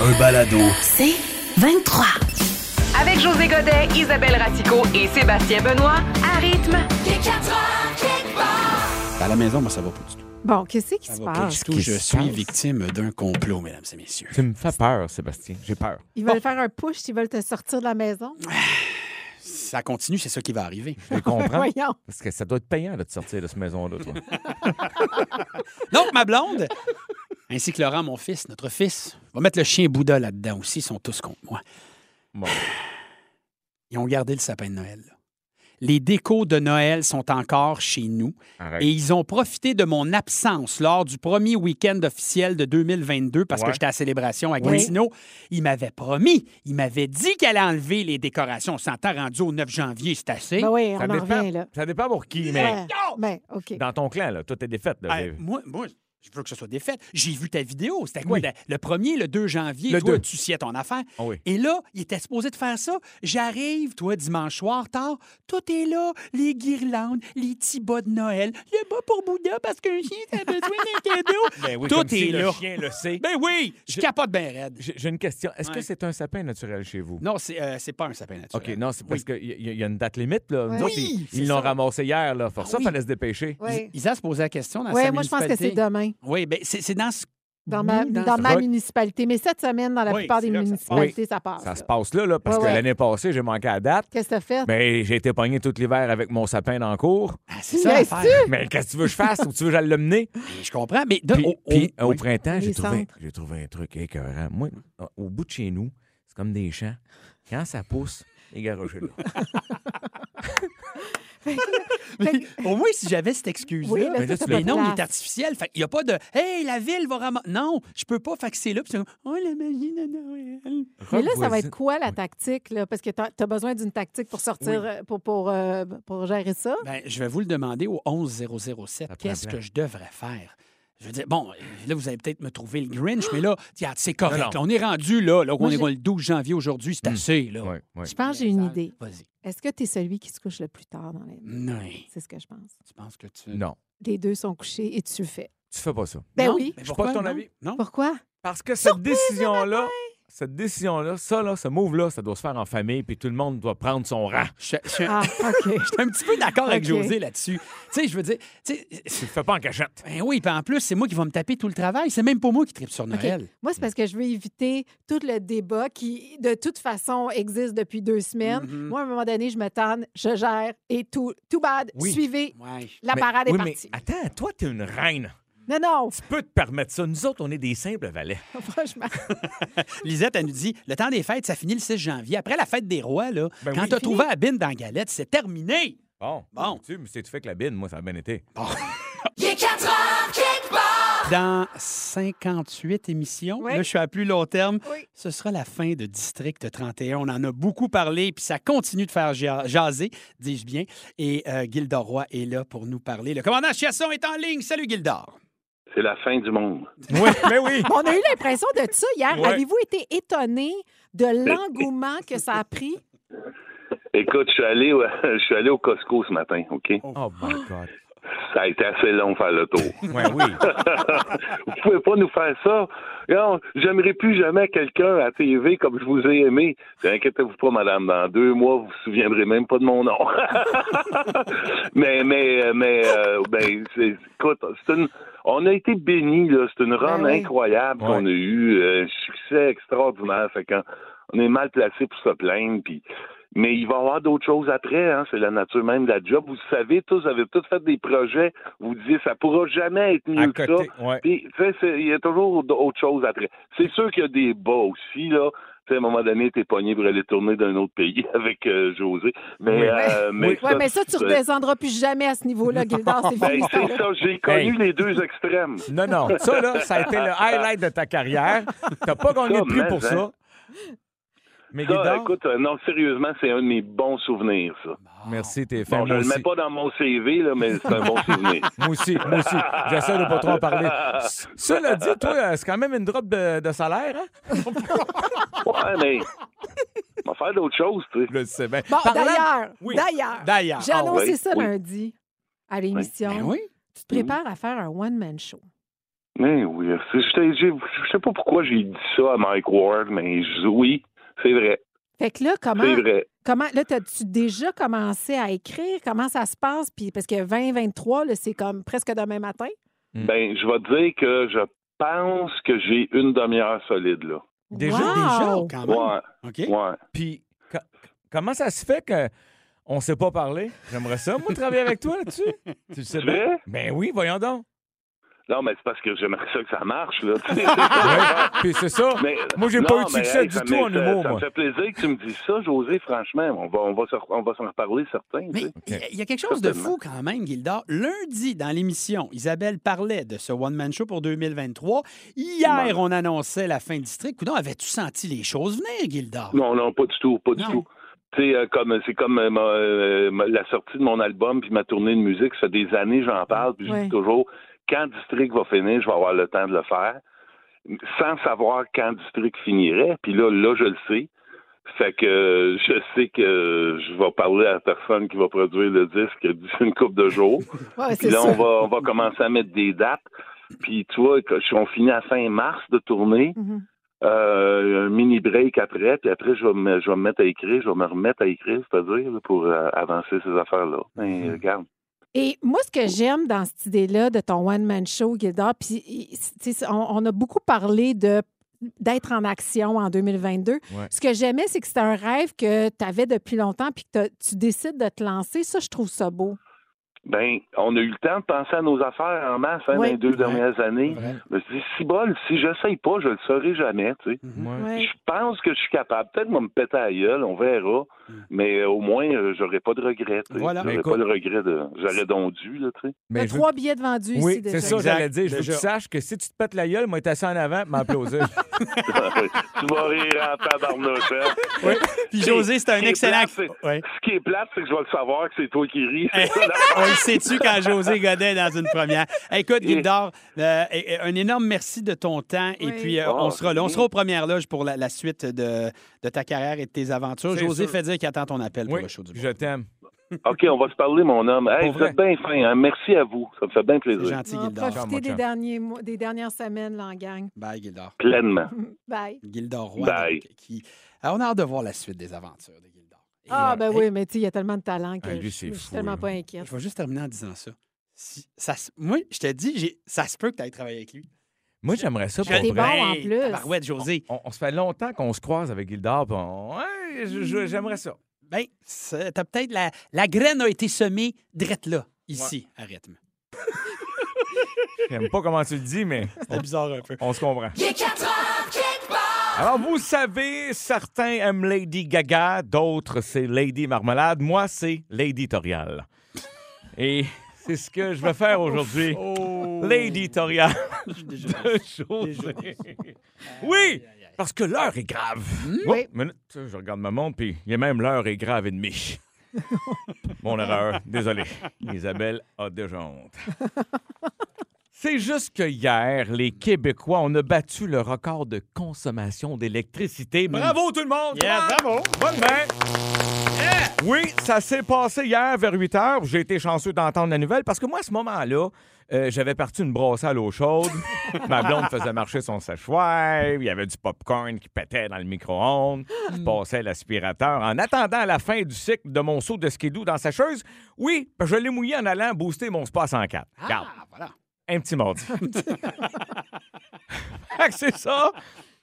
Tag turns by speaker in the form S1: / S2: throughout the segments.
S1: Un balado.
S2: C'est 23.
S3: Avec José Godet, Isabelle Ratico et Sébastien Benoît, à rythme.
S4: À la maison, moi, ça va pas du tout.
S5: Bon, qu'est-ce qui
S4: Ça
S5: se
S4: va pas du
S5: passe?
S4: tout.
S6: Qu'est-ce
S4: Je
S6: qui se
S4: suis
S6: passe?
S4: victime d'un complot, mesdames et messieurs.
S6: Tu me fais peur, Sébastien. J'ai peur.
S5: Ils veulent faire un push, ils veulent te sortir de la maison.
S4: Ça continue, c'est ça qui va arriver.
S6: Je le comprends.
S5: Voyons.
S6: Parce que ça doit être payant là, de sortir de cette maison-là, toi.
S4: Donc, ma blonde, ainsi que Laurent, mon fils, notre fils, on va mettre le chien Bouddha là-dedans aussi. Ils sont tous contre moi.
S6: Bon.
S4: Ils ont gardé le sapin de Noël. là. Les décos de Noël sont encore chez nous.
S6: Arrête.
S4: Et ils ont profité de mon absence lors du premier week-end officiel de 2022 parce que
S6: Ouais.
S4: j'étais à la célébration à Gatineau. Ils m'avaient promis, ils m'avaient dit qu'elle allait enlever les décorations. On s'entend rendu au 9 janvier, c'est assez.
S5: Ben oui, on
S6: ça,
S5: en
S6: dépend,
S5: revient, là.
S6: ça dépend pour qui, mais
S5: Mais, mais ben, OK.
S6: dans ton clan, là, toi, t'es défaite. Là,
S4: Hey,
S6: J'ai-
S4: moi, moi, je veux que ce soit des fêtes. J'ai vu ta vidéo. C'était quoi?
S6: Oui.
S4: la- Le premier, le 2 janvier,
S6: Le
S4: toi,
S6: 2.
S4: tu sciais ton affaire.
S6: Ah oui.
S4: Et là, il était supposé de faire ça. J'arrive, toi, dimanche soir, tard. Tout est là. Les guirlandes, les petits bas de Noël, le bas pour Bouddha parce qu'un chien, ça a besoin d'un cadeau.
S6: Ben oui,
S4: Tout
S6: comme si
S4: est
S6: Le
S4: là.
S6: chien le sait.
S4: Ben oui, je
S6: Je-
S4: capote bien raide.
S6: J'ai j'ai une question. Est-ce que
S4: Ouais.
S6: c'est un sapin naturel chez vous?
S4: Non, c'est euh, c'est pas un sapin
S6: OK,
S4: naturel.
S6: non, c'est parce
S4: Oui.
S6: qu'il y, a- y a une date limite. Là. Nous
S5: Oui,
S6: autres, ils-
S4: c'est
S6: ils l'ont
S4: ça.
S6: ramassé hier. Là. Pour
S4: Ah
S6: ça,
S4: oui.
S6: fallait se dépêcher.
S5: Oui,
S4: Isa se posait la question dans
S5: Ouais,
S4: sa
S5: moi, je pense que c'est
S4: municipalité.
S5: demain,
S4: Oui, ben c'est c'est dans ce...
S5: dans ma,
S4: Oui,
S5: dans
S4: ce-
S5: ma
S6: Rock.
S5: municipalité. Mais cette semaine, dans la
S4: Oui,
S5: plupart des
S4: c'est là que ça se passe. Ben,
S5: municipalités, ça passe.
S6: Ça
S5: là.
S6: se passe là, là parce
S5: Ouais,
S6: que
S5: ouais.
S6: l'année passée, j'ai manqué à date.
S5: Qu'est-ce que t'as fait?
S6: Mais j'ai été pogné tout l'hiver avec mon sapin dans le cours.
S4: Ah, c'est
S5: Bien
S4: ça l'affaire.
S6: Mais qu'est-ce que tu veux que je fasse? Ou tu veux que j'aille le mener?
S4: Mais Je comprends, mais... de-
S6: Puis,
S4: au- au-
S6: puis, au
S4: oui.
S6: printemps,
S5: Les
S6: j'ai trouvé,
S5: centres.
S6: j'ai trouvé un truc écœurant. Moi, euh, au bout de chez nous, c'est comme des champs. Quand ça pousse, les garochez là.
S5: Fait que-
S4: Au moins, si j'avais cette excuse-là.
S5: Oui, là,
S6: Mais là,
S5: ça, t'as
S6: tu
S5: pas
S4: Mais
S5: de
S4: non, il est
S5: place.
S4: artificiel. Fait, il n'y a pas de Hey, la ville va ramasser. Non, je peux pas faxer là. Puis c'est comme Oh, la magie de Noël.
S5: Mais là, ça va
S6: Voisin-
S5: être quoi la tactique? Là? Parce que tu as besoin d'une tactique pour sortir, euh, pour, pour, euh, pour gérer ça.
S4: Ben, je vais vous le demander au 11007.
S6: Ça prend
S4: Qu'est-ce
S6: plein.
S4: que je devrais faire? Je veux dire, bon, là, vous allez peut-être me trouver le Grinch, mais là, regarde, c'est correct.
S6: Non, non.
S4: là, on est rendu là, là, on
S5: j'ai-
S4: est le 12 janvier aujourd'hui, c'est
S6: Mm.
S4: assez, là.
S6: Ouais, ouais.
S5: Je pense que j'ai une idée.
S4: Vas-y.
S5: Est-ce que tu es celui qui se couche le plus tard dans la nuit?
S4: Non,
S5: C'est ce que je pense.
S4: tu penses que tu.
S6: Non,
S5: Les deux sont couchés et tu le fais.
S6: tu fais pas ça.
S5: Ben
S4: Non?
S5: oui.
S4: Mais
S6: Je
S4: pourquoi
S6: porte ton
S4: non?
S6: avis.
S4: Non.
S5: Pourquoi?
S6: Parce que cette décision-là, cette décision-là, ça, là, ce move-là, ça doit se faire en famille, puis tout le monde doit prendre son rang.
S4: Je, je-
S5: Ah, OK.
S4: je suis un petit peu d'accord avec
S5: Ok.
S4: José là-dessus. tu sais, je veux dire, tu sais,
S6: Tu le fais pas en cachette.
S4: Ben oui, puis en plus, c'est moi qui vais me taper tout le travail. C'est même pas moi qui tripe sur
S5: OK.
S4: Noël.
S5: Moi, c'est parce que je veux éviter tout le débat qui, de toute façon, existe depuis deux semaines.
S6: Mm-hmm.
S4: Mhm.
S5: Moi, à un moment donné, je me tanne, je gère et tout. Tout bad.
S6: Oui.
S5: Suivez.
S4: Ouais.
S5: La
S6: Mais-
S5: parade
S6: oui,
S5: est
S6: mais
S5: partie.
S6: attends, toi, t'es une reine.
S5: Non, non,
S6: Tu peux te permettre ça. Nous autres, on est des simples valets.
S5: franchement.
S4: Lisette, elle nous dit le temps des fêtes, ça finit le 6 janvier. Après la fête des rois, là,
S6: Ben
S4: quand
S6: oui.
S4: t'as trouvé Abine dans la galette, c'est terminé.
S6: Bon,
S4: Bon.
S6: Tu, mais c'est tu fais que la bine, moi, ça a bien été.
S4: Dans 58 émissions,
S5: Oui.
S4: là, je suis à plus long terme.
S5: Oui.
S4: Ce sera la fin de District 31. On en a beaucoup parlé, puis ça continue de faire ja- jaser, dis-je bien. Et euh, Gildor Roy est là pour nous parler. Le commandant Chiasson est en ligne. Salut, Gildor.
S7: C'est la fin du monde.
S6: Oui, mais oui.
S5: On a eu l'impression de ça hier.
S6: Ouais.
S5: Avez-vous été étonné de l'engouement que ça a pris?
S7: Écoute, je suis allé, au- je suis allé au Costco ce matin, OK?
S6: Oh my God.
S7: Ça a été assez long de faire le tour.
S6: Ouais, oui.
S7: vous pouvez pas nous faire ça. Non, j'aimerais plus jamais quelqu'un à TV comme je vous ai aimé. Inquiétez-vous pas, madame. Dans deux mois, vous vous souviendrez même pas de mon nom. mais, mais, mais, euh, ben, c'est- écoute, c'est une, on a été bénis, là. C'est une run
S5: Ben oui.
S7: incroyable qu'on a eue. euh, Un succès extraordinaire. Fait qu'on on est mal placé pour se plaindre. Puis, mais il va y avoir d'autres choses après, hein. c'est la nature même de la job. Vous savez tous, vous avez tous fait des projets, vous disiez ça pourra jamais être
S6: À
S7: mieux que ça.
S6: côté, ouais.
S7: Puis, tu sais, c'est- il y a toujours d- autre chose après. C'est sûr qu'il y a des bas aussi, là. sais, à un moment donné, t'es pogné pour aller tourner d'un autre pays avec euh, José. Mais,
S5: Oui.
S7: euh, mais,
S5: Oui, mais ça, tu redescendras plus jamais à ce niveau-là, Gildor. C'est
S7: Ben,
S5: fini.
S7: c'est ça, j'ai connu les deux extrêmes.
S6: Non, non. Ça, là, ça a été le highlight de ta carrière. T'as pas gagné
S7: Ça,
S6: de prix
S7: mais,
S6: pour
S7: hein.
S6: ça. Mais
S7: Ça,
S6: Guédard,
S7: écoute, euh, non, sérieusement, c'est un de mes bons souvenirs, ça.
S6: merci, t'es
S7: Bon, je
S6: fan. moi
S7: le mets
S6: aussi.
S7: pas dans mon CV, là, mais c'est un bon souvenir.
S6: Moi aussi, moi aussi. J'essaie de pas trop en parler. C- Cela dit, toi, euh, c'est quand même une drop de, de salaire, hein?
S7: Ouais, mais. On va faire d'autres choses, tu sais.
S6: Je le sais bien.
S5: Bon,
S6: Parlant-
S5: d'ailleurs,
S6: Oui.
S5: d'ailleurs,
S4: D'ailleurs.
S5: j'ai annoncé ça
S7: Ah, oui.
S5: lundi à l'émission.
S4: Ah, oh. Ben oui.
S5: Tu te prépares à faire un one-man show.
S7: Mais oui, c'est- je t'ai- j'ai- je sais pas pourquoi j'ai dit ça à Mike Ward, mais je- oui, c'est vrai.
S5: Fait que là, comment,
S7: C'est vrai.
S5: comment là, t'as-tu déjà commencé à écrire? Comment ça se passe? Puis parce que 2023, là, c'est comme presque demain matin.
S7: Ben, je vais te dire que je pense que j'ai une demi-heure solide, là.
S6: Déjà,
S5: Ah, Wow!
S4: Déjà, quand même.
S7: Ouais,
S4: OK.
S7: ouais.
S6: Puis, co- comment ça se fait que on s'est pas parlé? J'aimerais ça, moi, travailler avec toi là-dessus. Tu le
S7: C'est
S6: sais bien?
S7: vrai?
S6: Ben oui, voyons donc.
S7: Non, mais c'est parce que j'aimerais ça que ça marche, là.
S6: Ouais, Puis c'est ça.
S7: Ah! Mais-
S6: moi, j'ai
S7: non,
S6: pas eu de
S7: mais,
S6: succès
S7: hey,
S6: du
S7: ça
S6: tout
S7: me-
S6: en
S7: ça-
S6: humour,
S7: Ça me
S6: moi.
S7: fait plaisir que tu me dises ça, José, franchement. On va, on va, se- on va s'en reparler, certains.
S4: Mais il y a- il y a quelque chose de fou quand même, Gildor. Lundi, dans l'émission, Isabelle parlait de ce one-man show pour 2023. Hier, on annonçait la fin du district. Coudon, avais-tu senti les choses venir, Gildor?
S7: Non, non, pas du tout, pas du
S4: Non.
S7: tout. Tu sais, euh, comme c'est comme euh, ma- euh, ma- la sortie de mon album puis ma tournée de musique, ça fait des années que j'en parle, puis je
S5: Ouais.
S7: dis toujours quand District va finir, je vais avoir le temps de le faire, sans savoir quand District finirait. Puis là, là, je le sais. Fait que euh, je sais que je vais parler à la personne qui va produire le disque d'ici une couple de jours.
S5: Ouais,
S7: Puis
S5: c'est
S7: là,
S5: ça.
S7: on va, on va commencer à mettre des dates. Puis tu vois, que- on finit à fin mars de tournée.
S5: Mhm.
S7: Euh, un mini break après, puis après, je vais, me, je vais me mettre à écrire, je vais me remettre à écrire, c'est-à-dire, là, pour euh, avancer ces affaires-là. Mais regarde.
S5: Et moi, ce que j'aime dans cette idée-là de ton one-man show, Gildor, puis il- tu sais, on, on a beaucoup parlé de d'être en action en 2022.
S6: Ouais.
S5: Ce que j'aimais, c'est que c'était un rêve que tu avais depuis longtemps puis que t'as- tu décides de te lancer. Ça, je trouve ça beau.
S7: Ben, on a eu le temps de penser à nos affaires en masse hein,
S5: Oui.
S7: dans les deux
S4: Ouais.
S7: dernières années. Je me suis dit, si bol, si j'essaye pas, je le saurai jamais, tu sais.
S6: Ouais.
S5: Ouais.
S7: Je pense que je suis capable. Peut-être moi me péter à la gueule, on verra. Mais euh, au moins, euh, j'aurais pas de regrets. tu sais.
S4: Voilà.
S7: J'aurais
S6: Ben,
S7: pas
S6: écoute.
S7: le regret de. J'aurais donc dû, là, tu sais.
S5: Il y a
S6: je veux-
S5: trois billets de vendus ici
S6: Oui,
S5: déjà.
S6: c'est ça,
S4: Exact,
S6: j'allais dire. Je veux que tu
S4: déjà.
S6: saches que si tu te pètes la gueule, moi, t'es assis en avant, m'applaudir.
S7: tu vas rire en tabarnouche, hein?
S4: Puis José, c'est un
S7: Ce qui est
S4: excellent.
S7: plate, c'est-
S4: Ouais.
S7: Ce qui est plate, c'est que je vais le savoir que c'est toi qui ris.
S4: Hey, on le sait-tu quand José Godet est dans une première? Hey, écoute, Gildor, euh, eh, eh, un énorme merci de ton temps. Et
S5: Oui.
S4: puis, euh,
S7: Ah,
S4: on, sera, là. on
S7: c'est
S4: sera aux premières loges pour la, la suite de, de ta carrière et de tes aventures.
S6: C'est
S4: José,
S6: sûr.
S4: fait dire qu'il attend ton appel pour
S6: Oui,
S4: le show du
S6: je t'aime.
S7: OK, on va se parler, mon homme. Hey,
S6: Pour
S7: vous êtes bien fin. hein. Merci à vous. Ça me fait bien
S4: C'est
S7: plaisir.
S4: gentil,
S5: On va
S4: Gildor.
S6: Ciao,
S5: profiter
S6: mon
S5: des,
S6: chum.
S5: derniers mois, des dernières semaines, là, en gang.
S4: Bye, Gildor.
S7: Pleinement.
S5: Bye.
S4: Gildor Roy.
S7: Bye.
S4: donc, qui... Alors, on a hâte de voir la suite des aventures de Gildor. Et,
S5: Ah,
S4: euh,
S5: ben
S4: hey,
S5: oui, mais tu sais, il y a tellement de talent que
S6: Ah, lui,
S5: je,
S6: c'est
S5: je suis
S6: fou,
S5: tellement
S6: là.
S5: pas inquiète.
S4: Je vais juste terminer en disant ça. Si- ça se- moi, je te dis, j'ai- ça se peut que tu ailles travailler avec lui.
S6: Moi, j'aimerais ça pour
S5: T'es
S6: vrai.
S5: bon Ah, en
S4: Hey,
S5: plus.
S4: tabarouette, José.
S6: On, on se fait longtemps qu'on se croise avec Gildard. puis on- Ouais, je- je- j'aimerais ça.
S4: Ben, c'est- t'as peut-être la, la graine a été semée drette là, ici, à rythme.
S6: J'aime pas comment tu le dis, mais
S4: C'était bizarre un peu.
S6: on se comprend. Alors, vous savez, certains aiment Lady Gaga, d'autres, c'est Lady Marmelade. Moi, c'est Lady Torial. Et c'est ce que je vais faire aujourd'hui. Lady Torial. de José. Oui, parce que l'heure est grave. Oui. je regarde ma montre, puis il y a même l'heure est grave et demie. Mon erreur, désolé. Isabelle a déjà honte. C'est juste que hier, les Québécois, on a battu le record de consommation d'électricité. Bravo tout le monde!
S4: Mm. bravo!
S6: Bonne main! Oui, ça s'est passé hier vers 8 heures. J'ai été chanceux d'entendre la nouvelle parce que moi, à ce moment-là, euh, j'avais parti une brosse à l'eau chaude. Ma blonde faisait marcher son séchoir. Il y avait du popcorn qui pétait dans le micro-ondes. Je
S4: Mm.
S6: passais l'aspirateur. En attendant la fin du cycle de mon seau de skidoo dans sa sécheuse, oui, je l'ai mouillé en allant booster mon spa 104. Regarde
S4: Ah, voilà.
S6: un petit mardi. Fait que c'est ça.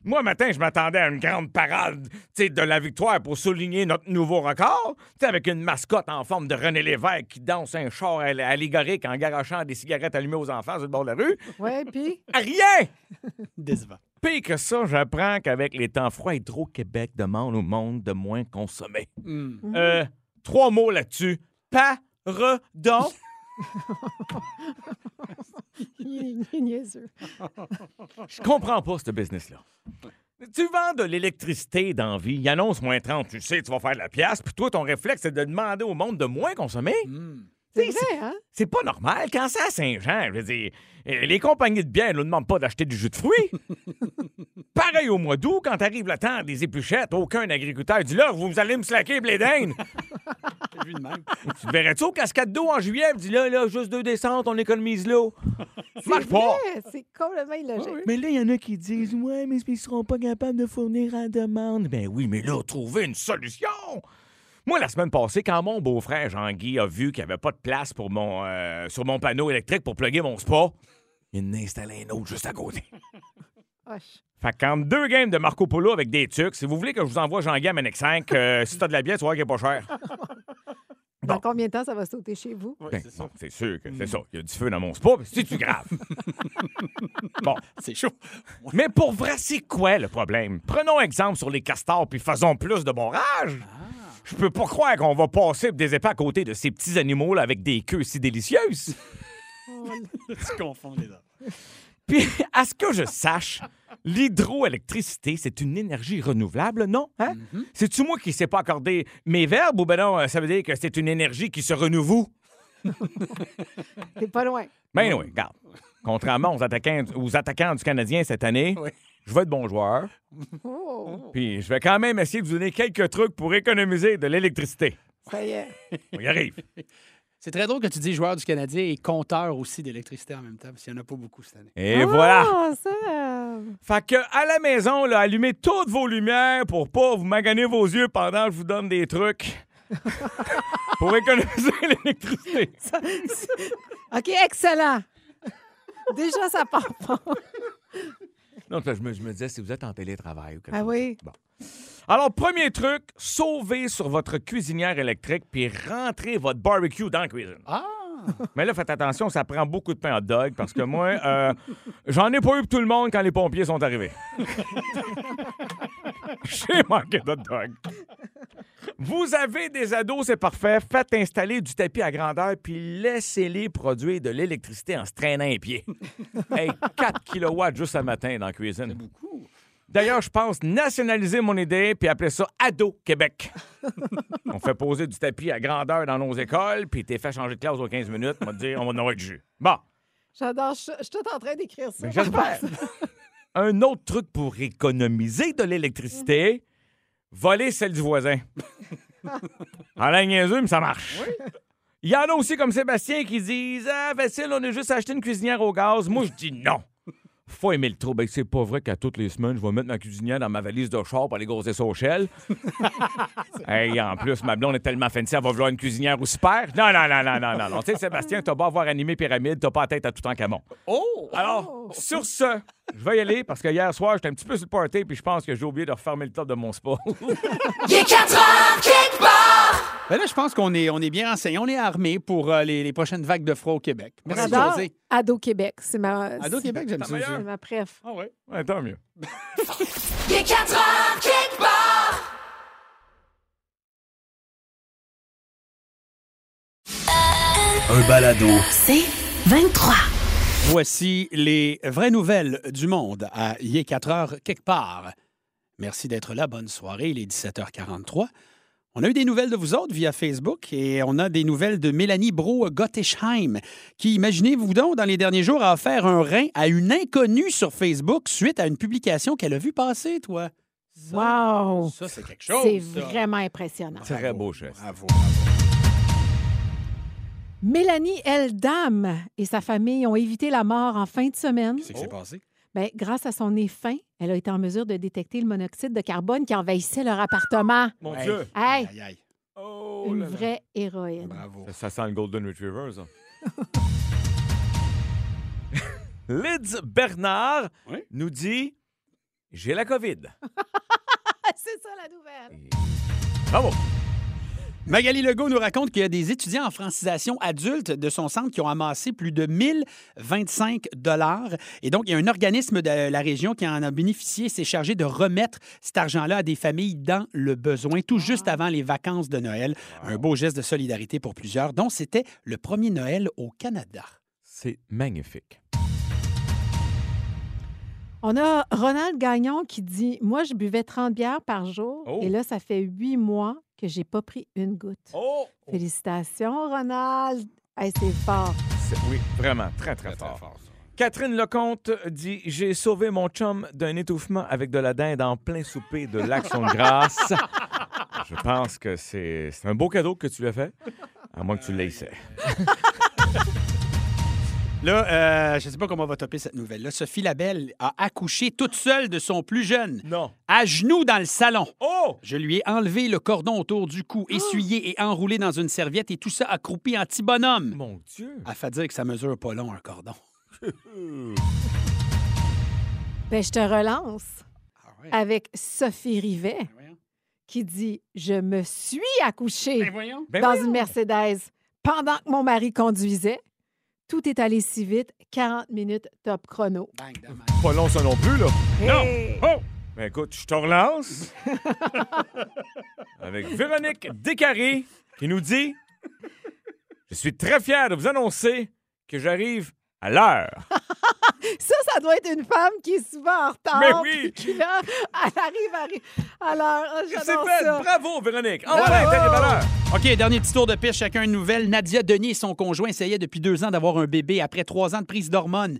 S6: Moi, matin, je m'attendais à une grande parade tu sais, de la victoire pour souligner notre nouveau record, tu sais, avec une mascotte en forme de René Lévesque qui danse un char al- allégorique en garochant des cigarettes allumées aux enfants sur le bord de la rue.
S5: Ouais, puis.
S6: Rien!
S4: Décevant.
S6: pire que ça, j'apprends qu'avec les temps froids, Hydro-Québec demande au monde de moins consommer. Euh, trois mots là-dessus. Paredon.
S5: Il est niaiseux.
S6: Je comprends pas ce business-là. Tu vends de l'électricité dans la vie, il annonce moins 30, tu sais, tu vas faire de la pièce, puis toi, ton réflexe, c'est de demander au monde de moins consommer.
S5: C'est vrai, hein?
S6: C'est pas normal. Quand c'est à Saint-Jean, je veux dire, euh, les compagnies de biens ne nous demandent pas d'acheter du jus de fruits. Pareil au mois d'août, quand arrive le temps des épluchettes, aucun agriculteur dit là, vous allez me slacker, blé d'Inde.
S4: Lui de même.
S6: tu te verrais-tu aux cascades d'eau en juillet? Puis dis là, là, juste deux descentes, on économise l'eau. Ça Marche pas.
S5: Ouais, C'est complètement illogique.
S6: Mais là, il y en a qui disent Ouais, mais ils seront pas capables de fournir à la demande. Ben oui, mais là, trouver une solution. Moi, la semaine passée, quand mon beau-frère Jean-Guy a vu qu'il n'y avait pas de place pour mon, euh, sur mon panneau électrique pour plugger mon spa, il en a installé un autre juste à côté.
S5: Hoche.
S6: Fait qu'en deux games de Marco Polo avec des tucs, si vous voulez que je vous envoie Jean-Guy à Manex 5, euh, si t'as de la bière, tu vois qu'il est pas cher.
S5: Dans
S6: Bon.
S5: combien de temps ça va sauter chez vous?
S6: Ben, bon, c'est sûr que c'est ça. Mm. Il y a du feu dans mon spa, mais c'est-tu grave? bon,
S4: C'est chaud.
S6: mais pour vrai, c'est quoi le problème? Prenons exemple sur les castors puis faisons plus de barrages.
S4: Ah.
S6: Je peux pas croire qu'on va passer pour des épées à côté de ces petits animaux-là avec des queues si délicieuses.
S4: tu confonds les deux.
S6: Puis, à ce que je sache, l'hydroélectricité, c'est une énergie renouvelable, non? Hein?
S4: Mm-hmm.
S6: C'est-tu moi qui ne sais pas accorder mes verbes ou ben non, euh, ça veut dire que c'est une énergie qui se renouvelle?
S5: T'es pas loin.
S6: Ben oui, regarde. Contrairement aux attaquants, aux attaquants du Canadien cette année,
S4: Oui.
S6: je vais être bon joueur.
S5: Oh,
S6: Puis je vais quand même essayer de vous donner quelques trucs pour économiser de l'électricité.
S5: ça y est.
S6: On y arrive.
S4: C'est très drôle que tu dis joueur du Canadien et compteur aussi d'électricité en même temps, parce qu'il n'y en a pas beaucoup cette année.
S6: Et voilà.
S5: Ah, ça, euh,
S6: Fait que à la maison, là, allumez toutes vos lumières pour pas vous maganer vos yeux pendant que je vous donne des trucs. pour économiser l'électricité.
S5: OK, excellent. Déjà, ça part pas.
S6: Non, je me, je me disais, si vous êtes en télétravail ou quelque
S5: Ah
S6: chose
S5: oui.
S6: Bon. Alors, premier truc, sauvez sur votre cuisinière électrique puis rentrez votre barbecue dans la cuisine.
S4: Ah!
S6: Mais là, faites attention, ça prend beaucoup de pain hot dog parce que moi, euh, j'en ai pas eu pour tout le monde quand les pompiers sont arrivés. J'ai manqué d'hot dog. Vous avez des ados, c'est parfait. Faites installer du tapis à grandeur puis laissez-les produire de l'électricité en se traînant les pieds. Hey, 4 kilowatts juste ce matin dans la cuisine. C'est beaucoup. D'ailleurs, je pense nationaliser mon idée puis appeler ça Ado Québec. on fait poser du tapis à grandeur dans nos écoles puis t'es fait changer de classe aux 15 minutes. On va te dire, on va en avoir du jus. Bon,
S5: J'adore. Je je suis tout en train d'écrire ça.
S6: ben, j'espère. Un autre truc pour économiser de l'électricité, voler celle du voisin. en la niaiseux, mais ça marche. Il y en a aussi comme Sébastien qui disent Ah, facile, on a juste acheté une cuisinière au gaz. Moi, je dis non. Faut aimer le trou. Ben, c'est pas vrai qu'à toutes les semaines, je vais mettre ma cuisinière dans ma valise de char pour aller groser ça au Shell. hey, en plus, ma blonde est tellement fancy, elle va vouloir une cuisinière au super. Non, non, non, non, non, non. non. Tu sais, Sébastien, t'as beau avoir animé Pyramide, t'as pas la tête à tout en camon.
S4: Oh!
S6: Alors, sur ce, je vais y aller parce que hier soir, j'étais un petit peu sur le party puis je pense que j'ai oublié de refermer le top de mon spa.
S1: Il est 4 heures quelque part.
S4: Ben là, je pense qu'on est, on est bien renseigné, on est armé pour euh, les, les prochaines vagues de froid au Québec. Merci,
S5: J'adore.
S4: José.
S5: Ado Québec. C'est ma.
S4: Ado Québec, j'aime ça.
S5: C'est
S4: aussi.
S5: ma préf.
S6: Oh,
S4: Ah ouais.
S6: Ouais, tant mieux.
S1: Il est 4 heures quelque part.
S8: Un balado.
S2: C'est 23.
S4: Voici les vraies nouvelles du monde à Il est 4 heures quelque part. Merci d'être là. Bonne soirée. Il est 17h43. On a eu des nouvelles de vous autres via Facebook et on a des nouvelles de Mélanie Bro Gottesheim qui, imaginez-vous donc, dans les derniers jours, a offert un rein à une inconnue sur Facebook suite à une publication qu'elle a vue passer, toi. Ça,
S5: Wow!
S4: Ça, c'est quelque chose.
S5: C'est
S4: ça.
S5: vraiment impressionnant.
S6: Très beau geste.
S4: Bravo.
S5: Mélanie Eldam et sa famille ont évité la mort en fin de semaine.
S4: Qu'est-ce qui
S6: Oh.
S4: s'est passé?
S5: Bien, grâce à son nez fin, elle a été en mesure de détecter le monoxyde de carbone qui envahissait leur appartement.
S6: Mon
S4: Ouais.
S6: Dieu!
S5: Hey,
S4: Aïe, aïe.
S6: Oh
S5: une
S6: là là.
S5: vraie héroïne.
S4: Bravo.
S6: Ça, ça sent le Golden hein. Retriever, ça. Lids Bernard
S4: Oui?
S6: nous dit J'ai la COVID.
S5: C'est ça la nouvelle.
S6: Bravo!
S4: Magali Legault nous raconte qu'il y a des étudiants en francisation adulte de son centre qui ont amassé plus de 1025 dollars. Et donc, il y a un organisme de la région qui en a bénéficié s'est chargé de remettre cet argent-là à des familles dans le besoin, tout juste avant les vacances de Noël. Un beau geste de solidarité pour plusieurs, dont c'était le premier Noël au Canada.
S6: C'est magnifique.
S5: On a Ronald Gagnon qui dit Moi, je buvais 30 bières par jour
S6: Oh.
S5: et là, ça fait huit mois que j'ai pas pris une goutte.
S6: Oh!
S5: Félicitations, Ronald. Hey, c'est fort.
S6: C'est- Oui, vraiment, très, très, fort. Catherine Lecomte dit J'ai sauvé mon chum d'un étouffement avec de la dinde en plein souper de l'Action de grâce. Je pense que c'est c'est un beau cadeau que tu lui as fait, à moins que tu l'aies.
S4: Là, euh, je ne sais pas comment on va topper cette nouvelle-là. Sophie Labelle a accouché toute seule de son plus jeune.
S6: Non.
S4: À genoux dans le salon.
S6: Oh!
S4: Je lui ai enlevé le cordon autour du cou, essuyé et enroulé dans une serviette et tout ça accroupi en petit bonhomme.
S6: Mon Dieu!
S4: À fait dire que ça mesure pas long, un cordon.
S5: Ben, je te relance
S4: Ah ouais.
S5: avec Sophie Rivet
S4: Eh, voyons. Eh,
S5: qui dit Je me suis accouchée
S4: voyons.
S6: Ben
S5: dans
S6: voyons.
S5: une Mercedes pendant que mon mari conduisait. Tout est allé si vite, 40 minutes top chrono.
S6: Ben.
S4: Bang, dommage.
S6: Pas long, ça non plus, là.
S5: Hey!
S6: Non! Oh! Ben écoute, je te relance avec Véronique Descarré qui nous dit Je suis très fier de vous annoncer que j'arrive à l'heure.
S5: Ça, ça doit être une femme qui est souvent en retard.
S6: Mais
S5: puis
S6: oui!
S5: Qui, là, elle arrive, arrive. Alors, oh,
S6: C'est Ben?
S5: j'adore
S6: fait!
S5: ça.
S6: Bravo, Véronique! Ah Enfin, t'arrives à l'heure!
S4: OK, dernier petit tour de piste, chacun une nouvelle. Nadia Denis et son conjoint essayaient depuis deux ans d'avoir un bébé après trois ans de prise d'hormones.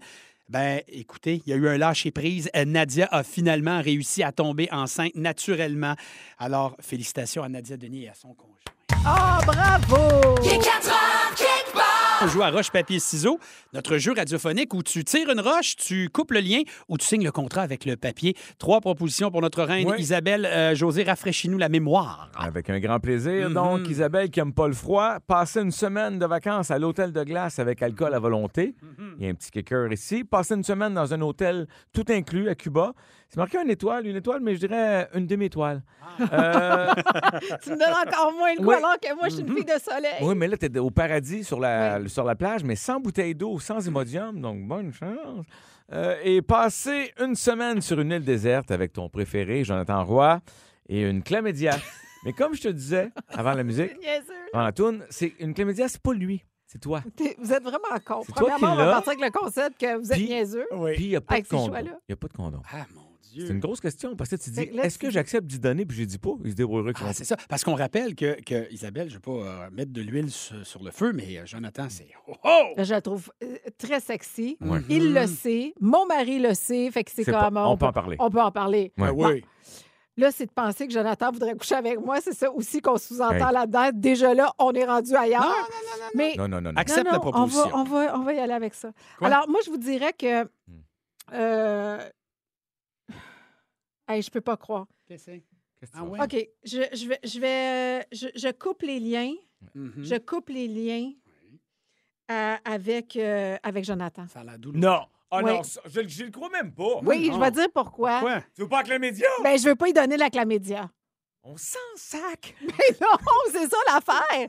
S4: Ben, écoutez, il y a eu un lâcher-prise. Euh, Nadia a finalement réussi à tomber enceinte naturellement. Alors, félicitations à Nadia Denis et à son conjoint.
S5: Oh, bravo!
S1: Il est 4 heures, kickball!
S4: On joue à roche, papier, ciseaux, notre jeu radiophonique où tu tires une roche, tu coupes le lien ou tu signes le contrat avec le papier. Trois propositions pour notre reine
S6: Oui.
S4: Isabelle. Euh, José, rafraîchis-nous la mémoire.
S6: Avec un grand plaisir.
S5: Mm-hmm.
S6: Donc, Isabelle, qui aime pas le froid, passer une semaine de vacances à l'hôtel de glace avec alcool à volonté.
S5: Mm-hmm.
S6: Il y a un petit kicker ici. Passer une semaine dans un hôtel tout inclus à Cuba. C'est marqué une étoile, une étoile, mais je dirais une demi-étoile.
S5: Ah.
S6: Euh,
S5: Tu me donnes encore moins le goût
S6: Oui.
S5: alors que moi, je
S6: Mm-hmm.
S5: suis une fille de soleil.
S6: oui, mais là, t'es au paradis sur la, sur la plage, mais sans bouteille d'eau,
S5: Mm-hmm.
S6: sans Imodium, donc bonne chance. Euh, et passer une semaine sur une île déserte avec ton préféré, Jonathan Roy, et une chlamydia. mais comme je te disais avant la musique,
S5: Bien sûr.
S6: Dans la toune, c'est une chlamydia, c'est pas lui, c'est toi.
S5: T'es- Vous êtes vraiment con.
S6: C'est toi
S5: Premièrement, on
S6: qui
S5: va
S6: l'as.
S5: partir avec le concept que vous êtes
S6: Puis-
S5: niaiseux.
S6: Puis il n'y a pas
S5: Ah, Avec
S6: de
S5: ces
S6: condom.
S5: choix-là.
S6: Il a pas de condom.
S4: Ah, mon Dieu.
S6: C'est une grosse question parce que tu dis
S5: Fait que là,
S6: est-ce que
S5: tu-
S6: j'accepte d'y donner puis j'ai dit pas Il se débrouillerait
S4: Ah, c'est ça. Parce qu'on rappelle que, que Isabelle, je ne vais pas euh, mettre de l'huile sur, sur le feu, mais euh, Jonathan, c'est. Oh, oh!
S5: Je la trouve euh, très sexy.
S6: Ouais. Mm-hmm.
S5: Il le sait. Mon mari le sait. Fait que c'est
S6: C'est
S5: comme.
S6: pas- on peut
S5: peut
S6: en parler.
S5: On peut en parler.
S6: Ouais.
S4: Ah oui.
S5: Là, c'est de penser que Jonathan voudrait coucher avec moi. C'est ça aussi qu'on sous-entend
S6: Hey.
S5: là-dedans. Déjà là, on est rendu ailleurs.
S4: Non, non, non, non, non.
S5: Mais
S6: Non, non, non. non.
S4: Accepte la
S5: on va-
S4: proposition.
S5: On va, on, va, y aller avec ça.
S4: Quoi?
S5: Alors, moi, je vous dirais que.
S4: Hmm.
S5: euh, hey, je peux pas croire.
S4: Qu'est-ce que c'est?
S6: Qu'est-ce que
S4: Ah
S6: tu vas
S4: ouais.
S6: faire?
S5: OK, je, je vais. Je, vais je, je coupe les liens.
S4: Mhm.
S5: Je coupe les liens euh, avec, euh, avec Jonathan.
S4: Ça a la douleur.
S6: Non. Ah
S5: Ouais.
S6: non, ça- je, je le crois même pas.
S5: Oui,
S4: non.
S5: je vais dire pourquoi.
S4: Quoi?
S6: Tu veux pas avec la média
S5: Ben, je veux pas y donner la clamédia.
S6: On s'en sac.
S5: Mais non, c'est ça l'affaire.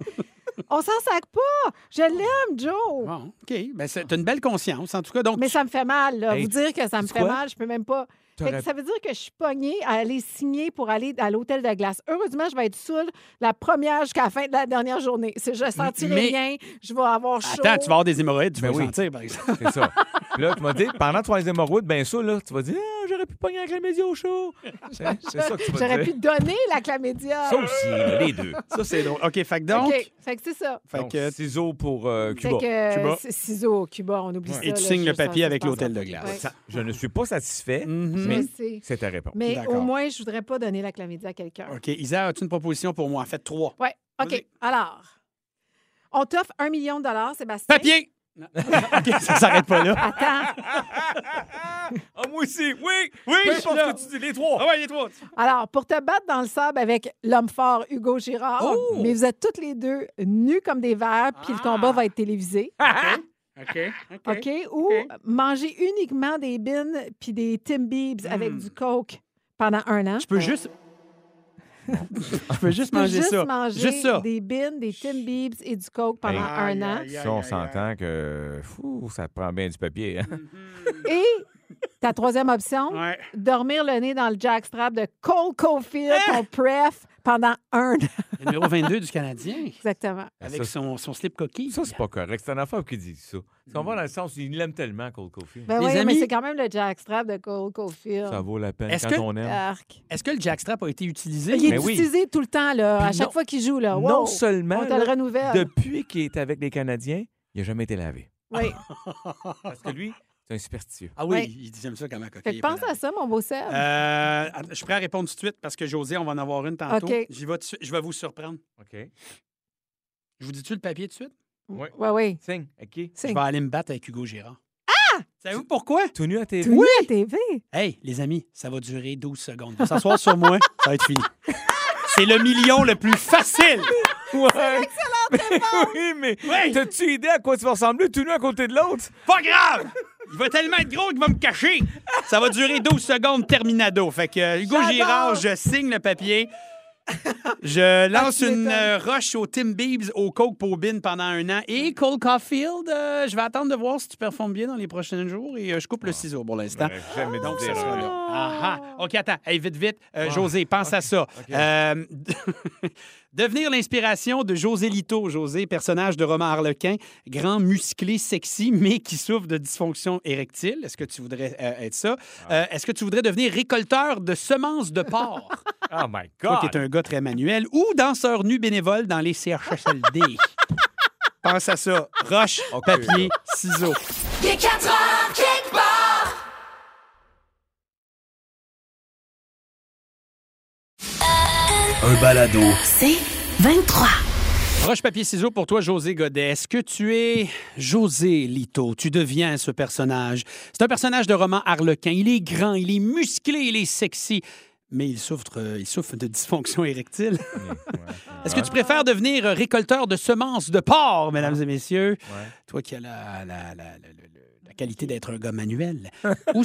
S5: On s'en sac pas. Je l'aime, Joe.
S4: Bon, OK. Ben, c'est t'as une belle conscience, en tout cas. Donc,
S5: Mais ça me fait mal, là.
S6: Hey,
S5: Vous dire que ça me
S6: sais
S5: fait
S6: quoi?
S5: mal, je peux même pas. Fait que
S6: T'aurais-
S5: ça veut dire que je suis pognée à aller signer pour aller à l'hôtel de glace. Heureusement, je vais être saoule la première jusqu'à la fin de la dernière journée. C'est- Je sentirai
S4: mais-
S5: rien, je vais avoir
S4: Attends,
S5: chaud.
S4: tu vas avoir des hémorroïdes, tu
S6: Ben
S4: vas
S6: oui.
S4: le sentir, par exemple.
S6: C'est ça. Puis là, tu m'as dit, pendant que tu vas les hémorroïdes, ben ça, là, tu vas dire, ah, j'aurais pu pogner avec la média au show. C'est c'est ça que tu vas
S5: J'aurais pu
S6: dire.
S5: donner la clamédia.
S6: Ça aussi, là, les deux.
S4: Ça, c'est drôle. OK, fait que donc.
S5: OK, fait que c'est ça.
S4: Fait
S6: Donc,
S4: que-
S6: ciseaux pour euh,
S5: Fait
S6: Cuba.
S5: que euh,
S4: Cuba.
S5: c'est ciseaux au Cuba, on oublie ça.
S4: Et
S5: là,
S4: tu signes
S5: je
S4: le
S5: sens-
S4: papier
S5: je
S4: avec
S5: pense
S4: l'hôtel
S5: ça.
S4: de glace.
S5: Ouais.
S6: Ça, je ne suis pas satisfait,
S4: Mhm.
S5: Je
S6: mais
S5: sais.
S6: c'est ta réponse.
S5: Mais
S4: D'accord.
S5: au moins, je voudrais pas donner la clamédia à quelqu'un.
S4: OK. Isa, as-tu une proposition pour moi? En fait, trois.
S5: Oui, OK.
S4: Vas-y.
S5: Alors, on t'offre un million de dollars, Sébastien.
S4: Papier! Non. OK, ça s'arrête pas là.
S5: Attends.
S6: Ah, moi aussi, oui, oui,
S4: je
S6: je
S4: suis
S6: pense
S4: là.
S6: que tu dis les trois.
S4: Ah ouais, il est trois.
S5: Alors, pour te battre dans le sable avec l'homme fort Hugo Girard,
S4: Oh! Ah!
S5: mais vous êtes toutes les deux nus comme des verres, puis le combat va être télévisé.
S4: OK. Ah, OK.
S5: OK? Ou manger uniquement des
S4: Hmm.
S5: bins puis des Tim Biebs avec du Coke pendant un an.
S4: Je peux juste. Je peux
S5: Tu
S4: juste
S5: peux
S4: manger
S5: juste
S4: ça.
S5: manger
S4: juste ça.
S5: des bins, des Tim Biebs et du Coke pendant
S6: Hey.
S5: un an.
S6: Ça, on s'entend que fou, ça te prend bien du papier. hein?
S4: Mhm.
S5: Et ta troisième option, dormir le nez dans le jackstrap de Cole Caulfield,
S4: Eh!
S5: ton pref, pendant un an.
S4: Le numéro 22 du Canadien.
S5: Exactement.
S4: Avec
S6: Ça,
S4: son, son slip coquille.
S6: Ça, c'est pas correct. C'est un enfant qui dit ça. Si
S4: Mhm.
S6: on va dans le sens, il l'aime tellement, Cole Caulfield.
S5: Ben euh, oui, mais c'est quand même le jackstrap de Cole Caulfield.
S6: Ça vaut la peine
S4: Est-ce
S6: quand
S4: que-
S6: on aime.
S5: Arc.
S4: Est-ce que le jackstrap a été utilisé?
S5: Il est
S6: Mais oui.
S5: utilisé tout le temps, là, à
S6: Puis
S5: chaque
S6: non-
S5: fois qu'il joue. Là. Euh, Wow,
S6: non seulement,
S5: On te le
S6: là,
S5: renouvelle.
S6: depuis qu'il est avec les Canadiens, il n'a jamais été lavé.
S5: Oui.
S6: Ah, Parce que lui, c'est un superstitieux.
S4: Ah oui,
S5: Ouais.
S4: il disait ça comme un
S5: Fait
S4: coquille.
S5: que
S4: est
S5: pense
S4: pas
S5: à ça, mon beau Serge.
S4: là. Euh, att- je suis prêt à répondre tout de suite parce que José, on va en avoir une tantôt.
S5: OK.
S4: J'y vais tout de suite. Je vais vous surprendre.
S6: OK.
S4: Je vous dis-tu le papier tout de suite?
S6: Oui.
S5: Oui, oui.
S6: Signe. À qui?
S4: Je
S5: C'est
S4: vais aller me battre avec Hugo Gérard. Ah! Savez-vous pourquoi?
S6: Tout nu à tes
S5: oui. à TV.
S4: Hey, les amis, ça va durer 12 secondes. Faut s'asseoir sur moi, ça va être fini. C'est le million le plus facile.
S6: Ouais. oui, mais
S4: Oui.
S6: t'as-tu idée à quoi tu vas ressembler tout nu à côté de l'autre?
S4: Pas grave! Il va tellement être gros qu'il va me cacher. Ça va durer 12 secondes, terminado. Fait que euh, Hugo Girard, je signe le papier. Je lance
S5: Ah, tu
S4: une
S5: m'étonnes.
S4: euh, roche au Tim Biebs, au Coke Pobin pendant un an. Et Cole Caulfield, euh, je vais attendre de voir si tu performes bien dans les prochains jours. Et euh, je coupe le ciseau pour l'instant.
S6: Jamais
S4: Donc, ça sera là. Ah, ah. OK, attends. Hey, vite, vite. Euh, José, pense à ça. Euh, devenir l'inspiration de José Lito. José, personnage de Romain Harlequin, grand musclé sexy, mais qui souffre de dysfonction érectile. Est-ce que tu voudrais euh, être ça? Euh, Est-ce que tu voudrais devenir récolteur de semences de porc?
S6: Oh my
S4: Toi
S6: God!
S4: qui es un gars très manuel. Ou danseur nu bénévole dans les CHSLD. pense à ça. Roche, papier, ciseaux.
S1: Il est 4 heures, kick barre.
S8: Un balado.
S2: C'est 23.
S4: Roche, papier, ciseaux pour toi, José Godet. Est-ce que tu es José Lito? Tu deviens ce personnage. C'est un personnage de roman harlequin. Il est grand, il est musclé, il est sexy, mais il souffre, euh, il souffre de dysfonction érectile. Est-ce que
S5: Ah.
S4: tu préfères devenir euh, récolteur de semences de porc, mesdames et messieurs? Toi qui as la, la- la- la- la- la qualité d'être un gars manuel. Ou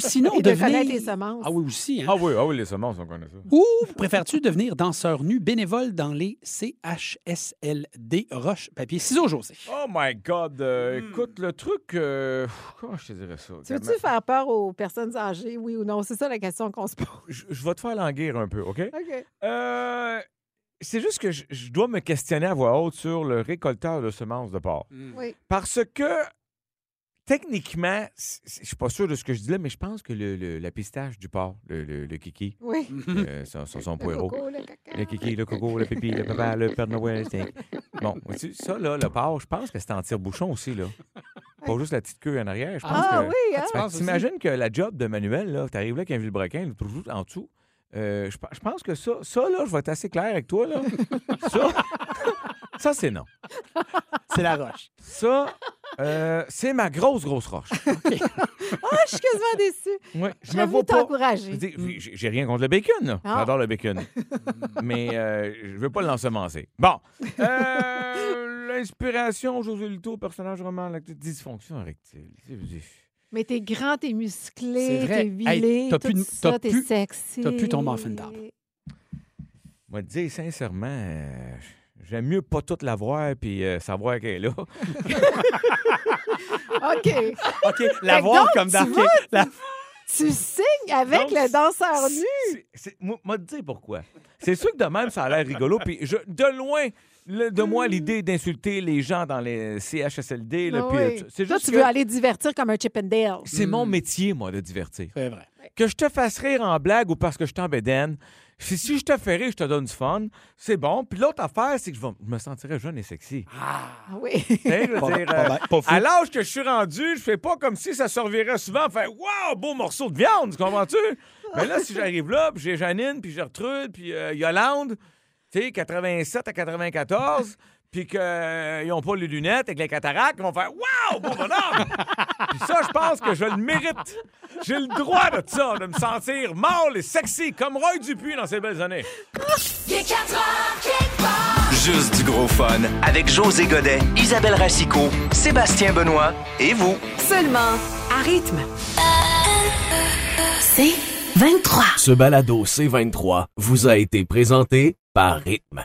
S4: sinon,
S5: Et de
S4: devenir...
S5: connaître les semences.
S4: Ah oui, aussi. hein?
S6: Ah oui, ah oui, les semences, on connaît ça.
S4: Ou préfères-tu devenir danseur nu bénévole dans les CHSLD Roche Papier Ciseaux José?
S6: Oh my God! euh, Écoute, le truc... euh, pff, comment je te dirais ça?
S5: Tu veux-tu faire peur aux personnes âgées, oui ou non? C'est ça la question qu'on se pose.
S6: Je, je vais te faire languir un peu, OK?
S5: OK.
S6: Euh, c'est juste que je, je dois me questionner à voix haute sur le récolteur de semences de porc.
S5: Oui.
S6: Parce que, techniquement, c- c- je suis pas sûr de ce que je dis là, mais je pense que le, le- la pistache du porc, le, le- le kiki,
S5: Oui.
S6: euh, son, son, son poireau,
S5: Coco, Hum. le caca.
S6: le kiki, le coco, le pipi, le papa, le père Noël, c'est- Bon, vois-tu, ça, là, le porc, je pense que c'est en tire-bouchon aussi, là. Pas juste la petite queue en arrière, je pense
S5: Ah
S6: que...
S5: oui, hein?
S6: Fait que T'imagines que la job de Manuel, là, t'arrives là avec un vilebrequin, le trou en dessous. Euh, je, pe- je pense que ça, ça, là, je vais être assez clair avec toi, là. ça, ça c'est non.
S4: C'est la roche.
S6: Ça, euh, c'est ma grosse, grosse roche.
S5: Ah, je suis quasiment déçue.
S6: Ouais, je me
S5: J'avais
S6: vois
S5: envie
S6: pas.
S5: t'encourager.
S6: Je veux dire, j'ai- j'ai j'ai rien contre le bacon, là.
S5: Ah.
S6: J'adore le bacon. Mais euh, je veux pas l'ensemencer. Bon. Euh, L'inspiration, José Lito, personnage roman, la dysfonction rectile.
S5: Mais t'es grand, t'es musclé,
S4: C'est vrai.
S5: t'es
S4: Hey,
S5: vilé,
S4: t'as
S5: tout
S4: plus de-
S5: ça,
S4: t'as
S5: t'es
S4: plus-
S5: sexy.
S4: t'as plus ton muffin d'arbre.
S6: Moi, te dire sincèrement, euh, j'aime mieux pas tout l'avoir puis euh, savoir qu'elle est là.
S5: OK.
S4: OK, la voir comme dans...
S5: tu
S4: OK,
S5: vois,
S4: la-
S5: tu signes avec
S6: Mm. Donc,
S5: le danseur nu.
S6: C'est- c'est- Moi, moi, te dire pourquoi. C'est sûr que de même, ça a l'air rigolo. Puis je- de loin, le- de
S5: Mm.
S6: moi, l'idée d'insulter les gens dans les CHSLD, là,
S5: Ah
S6: puis, euh,
S5: oui.
S6: tu- c'est
S5: Toi,
S6: juste
S5: tu
S6: que
S5: veux aller divertir comme un Chippendale.
S6: c'est mon métier, moi, de divertir.
S4: C'est vrai.
S5: Ben
S6: Que je te fasse rire en blague ou parce que je t'embédaine, si, si je te fais rire, je te donne du fun, c'est bon. Puis l'autre affaire, c'est que je, vais- je me sentirais jeune et sexy.
S5: Ah oui.
S6: Tu sais, je veux
S4: Pas-
S6: dire,
S4: pas-
S6: euh,
S4: pas fou.
S6: à l'âge que je suis rendu, je fais pas comme si ça servirait souvent à faire Waouh, beau morceau de viande, tu comprends-tu? Mais là, si j'arrive là, puis j'ai Janine, puis Gertrude, puis euh, Yolande, tu sais, 87 à 94, puis qu'ils n'ont pas les lunettes avec les cataractes, ils vont faire Waouh, beau bonhomme! puis ça, je pense que je le mérite. J'ai le droit de ça, de me sentir mâle et sexy comme Roy Dupuis dans ses belles années.
S1: Il est 4 heures, kick barre.
S8: Juste du gros fun. Avec José Godet, Isabelle Racicot, Sébastien Benoît et vous.
S2: Seulement à rythme. C'est 23.
S9: Ce balado C23 vous a été présenté par rythme.